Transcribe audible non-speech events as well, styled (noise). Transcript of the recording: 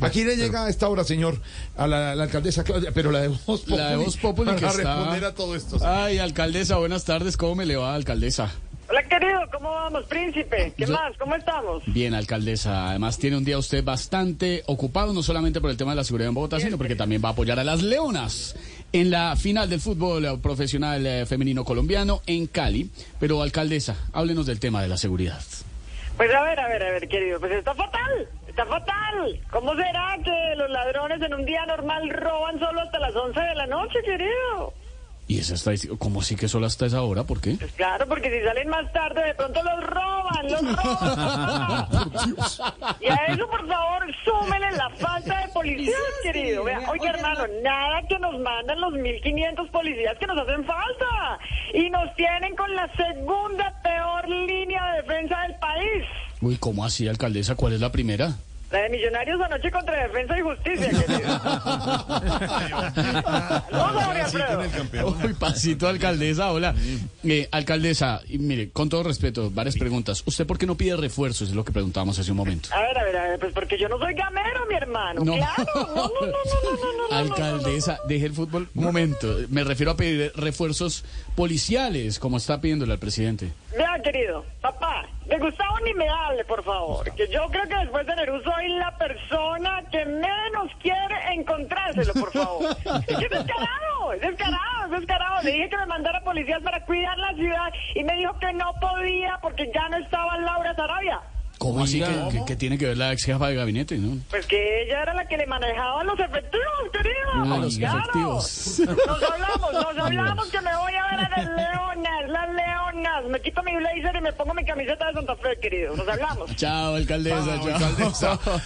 ¿A quién le llega a esta hora, señor? A la, la alcaldesa Claudia, pero la de Voz Populi. La de Voz Populi Para que está- responder a todo esto. Ay, alcaldesa, buenas tardes. ¿Cómo me le va, alcaldesa? Hola querido, ¿cómo vamos, príncipe? ¿Qué Yo- más? ¿Cómo estamos? Bien, alcaldesa. Además, tiene un día usted bastante ocupado, no solamente por el tema de la seguridad en Bogotá, sino porque también va a apoyar a las Leonas en la final del fútbol eh, profesional eh, femenino colombiano en Cali. Pero, alcaldesa, háblenos del tema de la seguridad. Pues a ver, a ver, a ver, querido, pues está fatal, está fatal. ¿Cómo será que los ladrones en un día normal roban solo hasta las 11 de la noche, querido? Y esa estadística, como sí que solo hasta esa hora? ¿Por qué? Pues claro, porque si salen más tarde de pronto los roban, los roban. Y a eso, por favor, súmenle la falta de policías, querido. Vea, oye, hermano, nada que nos mandan los 1.500 policías que nos hacen falta. Y nos tienen con la segunda peor línea de defensa del país. Uy, ¿cómo así, alcaldesa? ¿Cuál es la primera? La de Millonarios anoche contra Defensa y Justicia, querido. (laughs) Vamos a María Alfredo. Uy, pasito, alcaldesa, hola. Eh, alcaldesa, y mire, con todo respeto, varias preguntas. ¿Usted por qué no pide refuerzos? Es lo que preguntábamos hace un momento. A ver, a ver, a ver, pues porque yo no soy gamero, mi hermano. No. Claro, no, no, no, no, no, no, no, no. Alcaldesa, deje el fútbol un momento. Me refiero a pedir refuerzos policiales, como está pidiéndole al presidente. Vea, querido, papá, de Gustavo ni me hable, por favor, que yo creo que después de Nerú soy la persona que menos quiere encontrárselo, por favor. Es que es descarado, es descarado, es descarado. Le dije que me mandara policías para cuidar la ciudad y me dijo que no podía porque ya no estaba Laura Sarabia. ¿Cómo así que, que- que tiene que ver la ex jefa de gabinete? ¿no? Pues que ella era la que le manejaba los efectivos, querido. Ah, los Claro. efectivos. Nos hablamos, nos hablamos que me voy a ver a las leonas, las leonas. Me quito mi blazer y me pongo mi camiseta de Santa Fe, querido. Nos hablamos. Chao, alcaldesa. Chao, chao. (laughs) alcaldesa.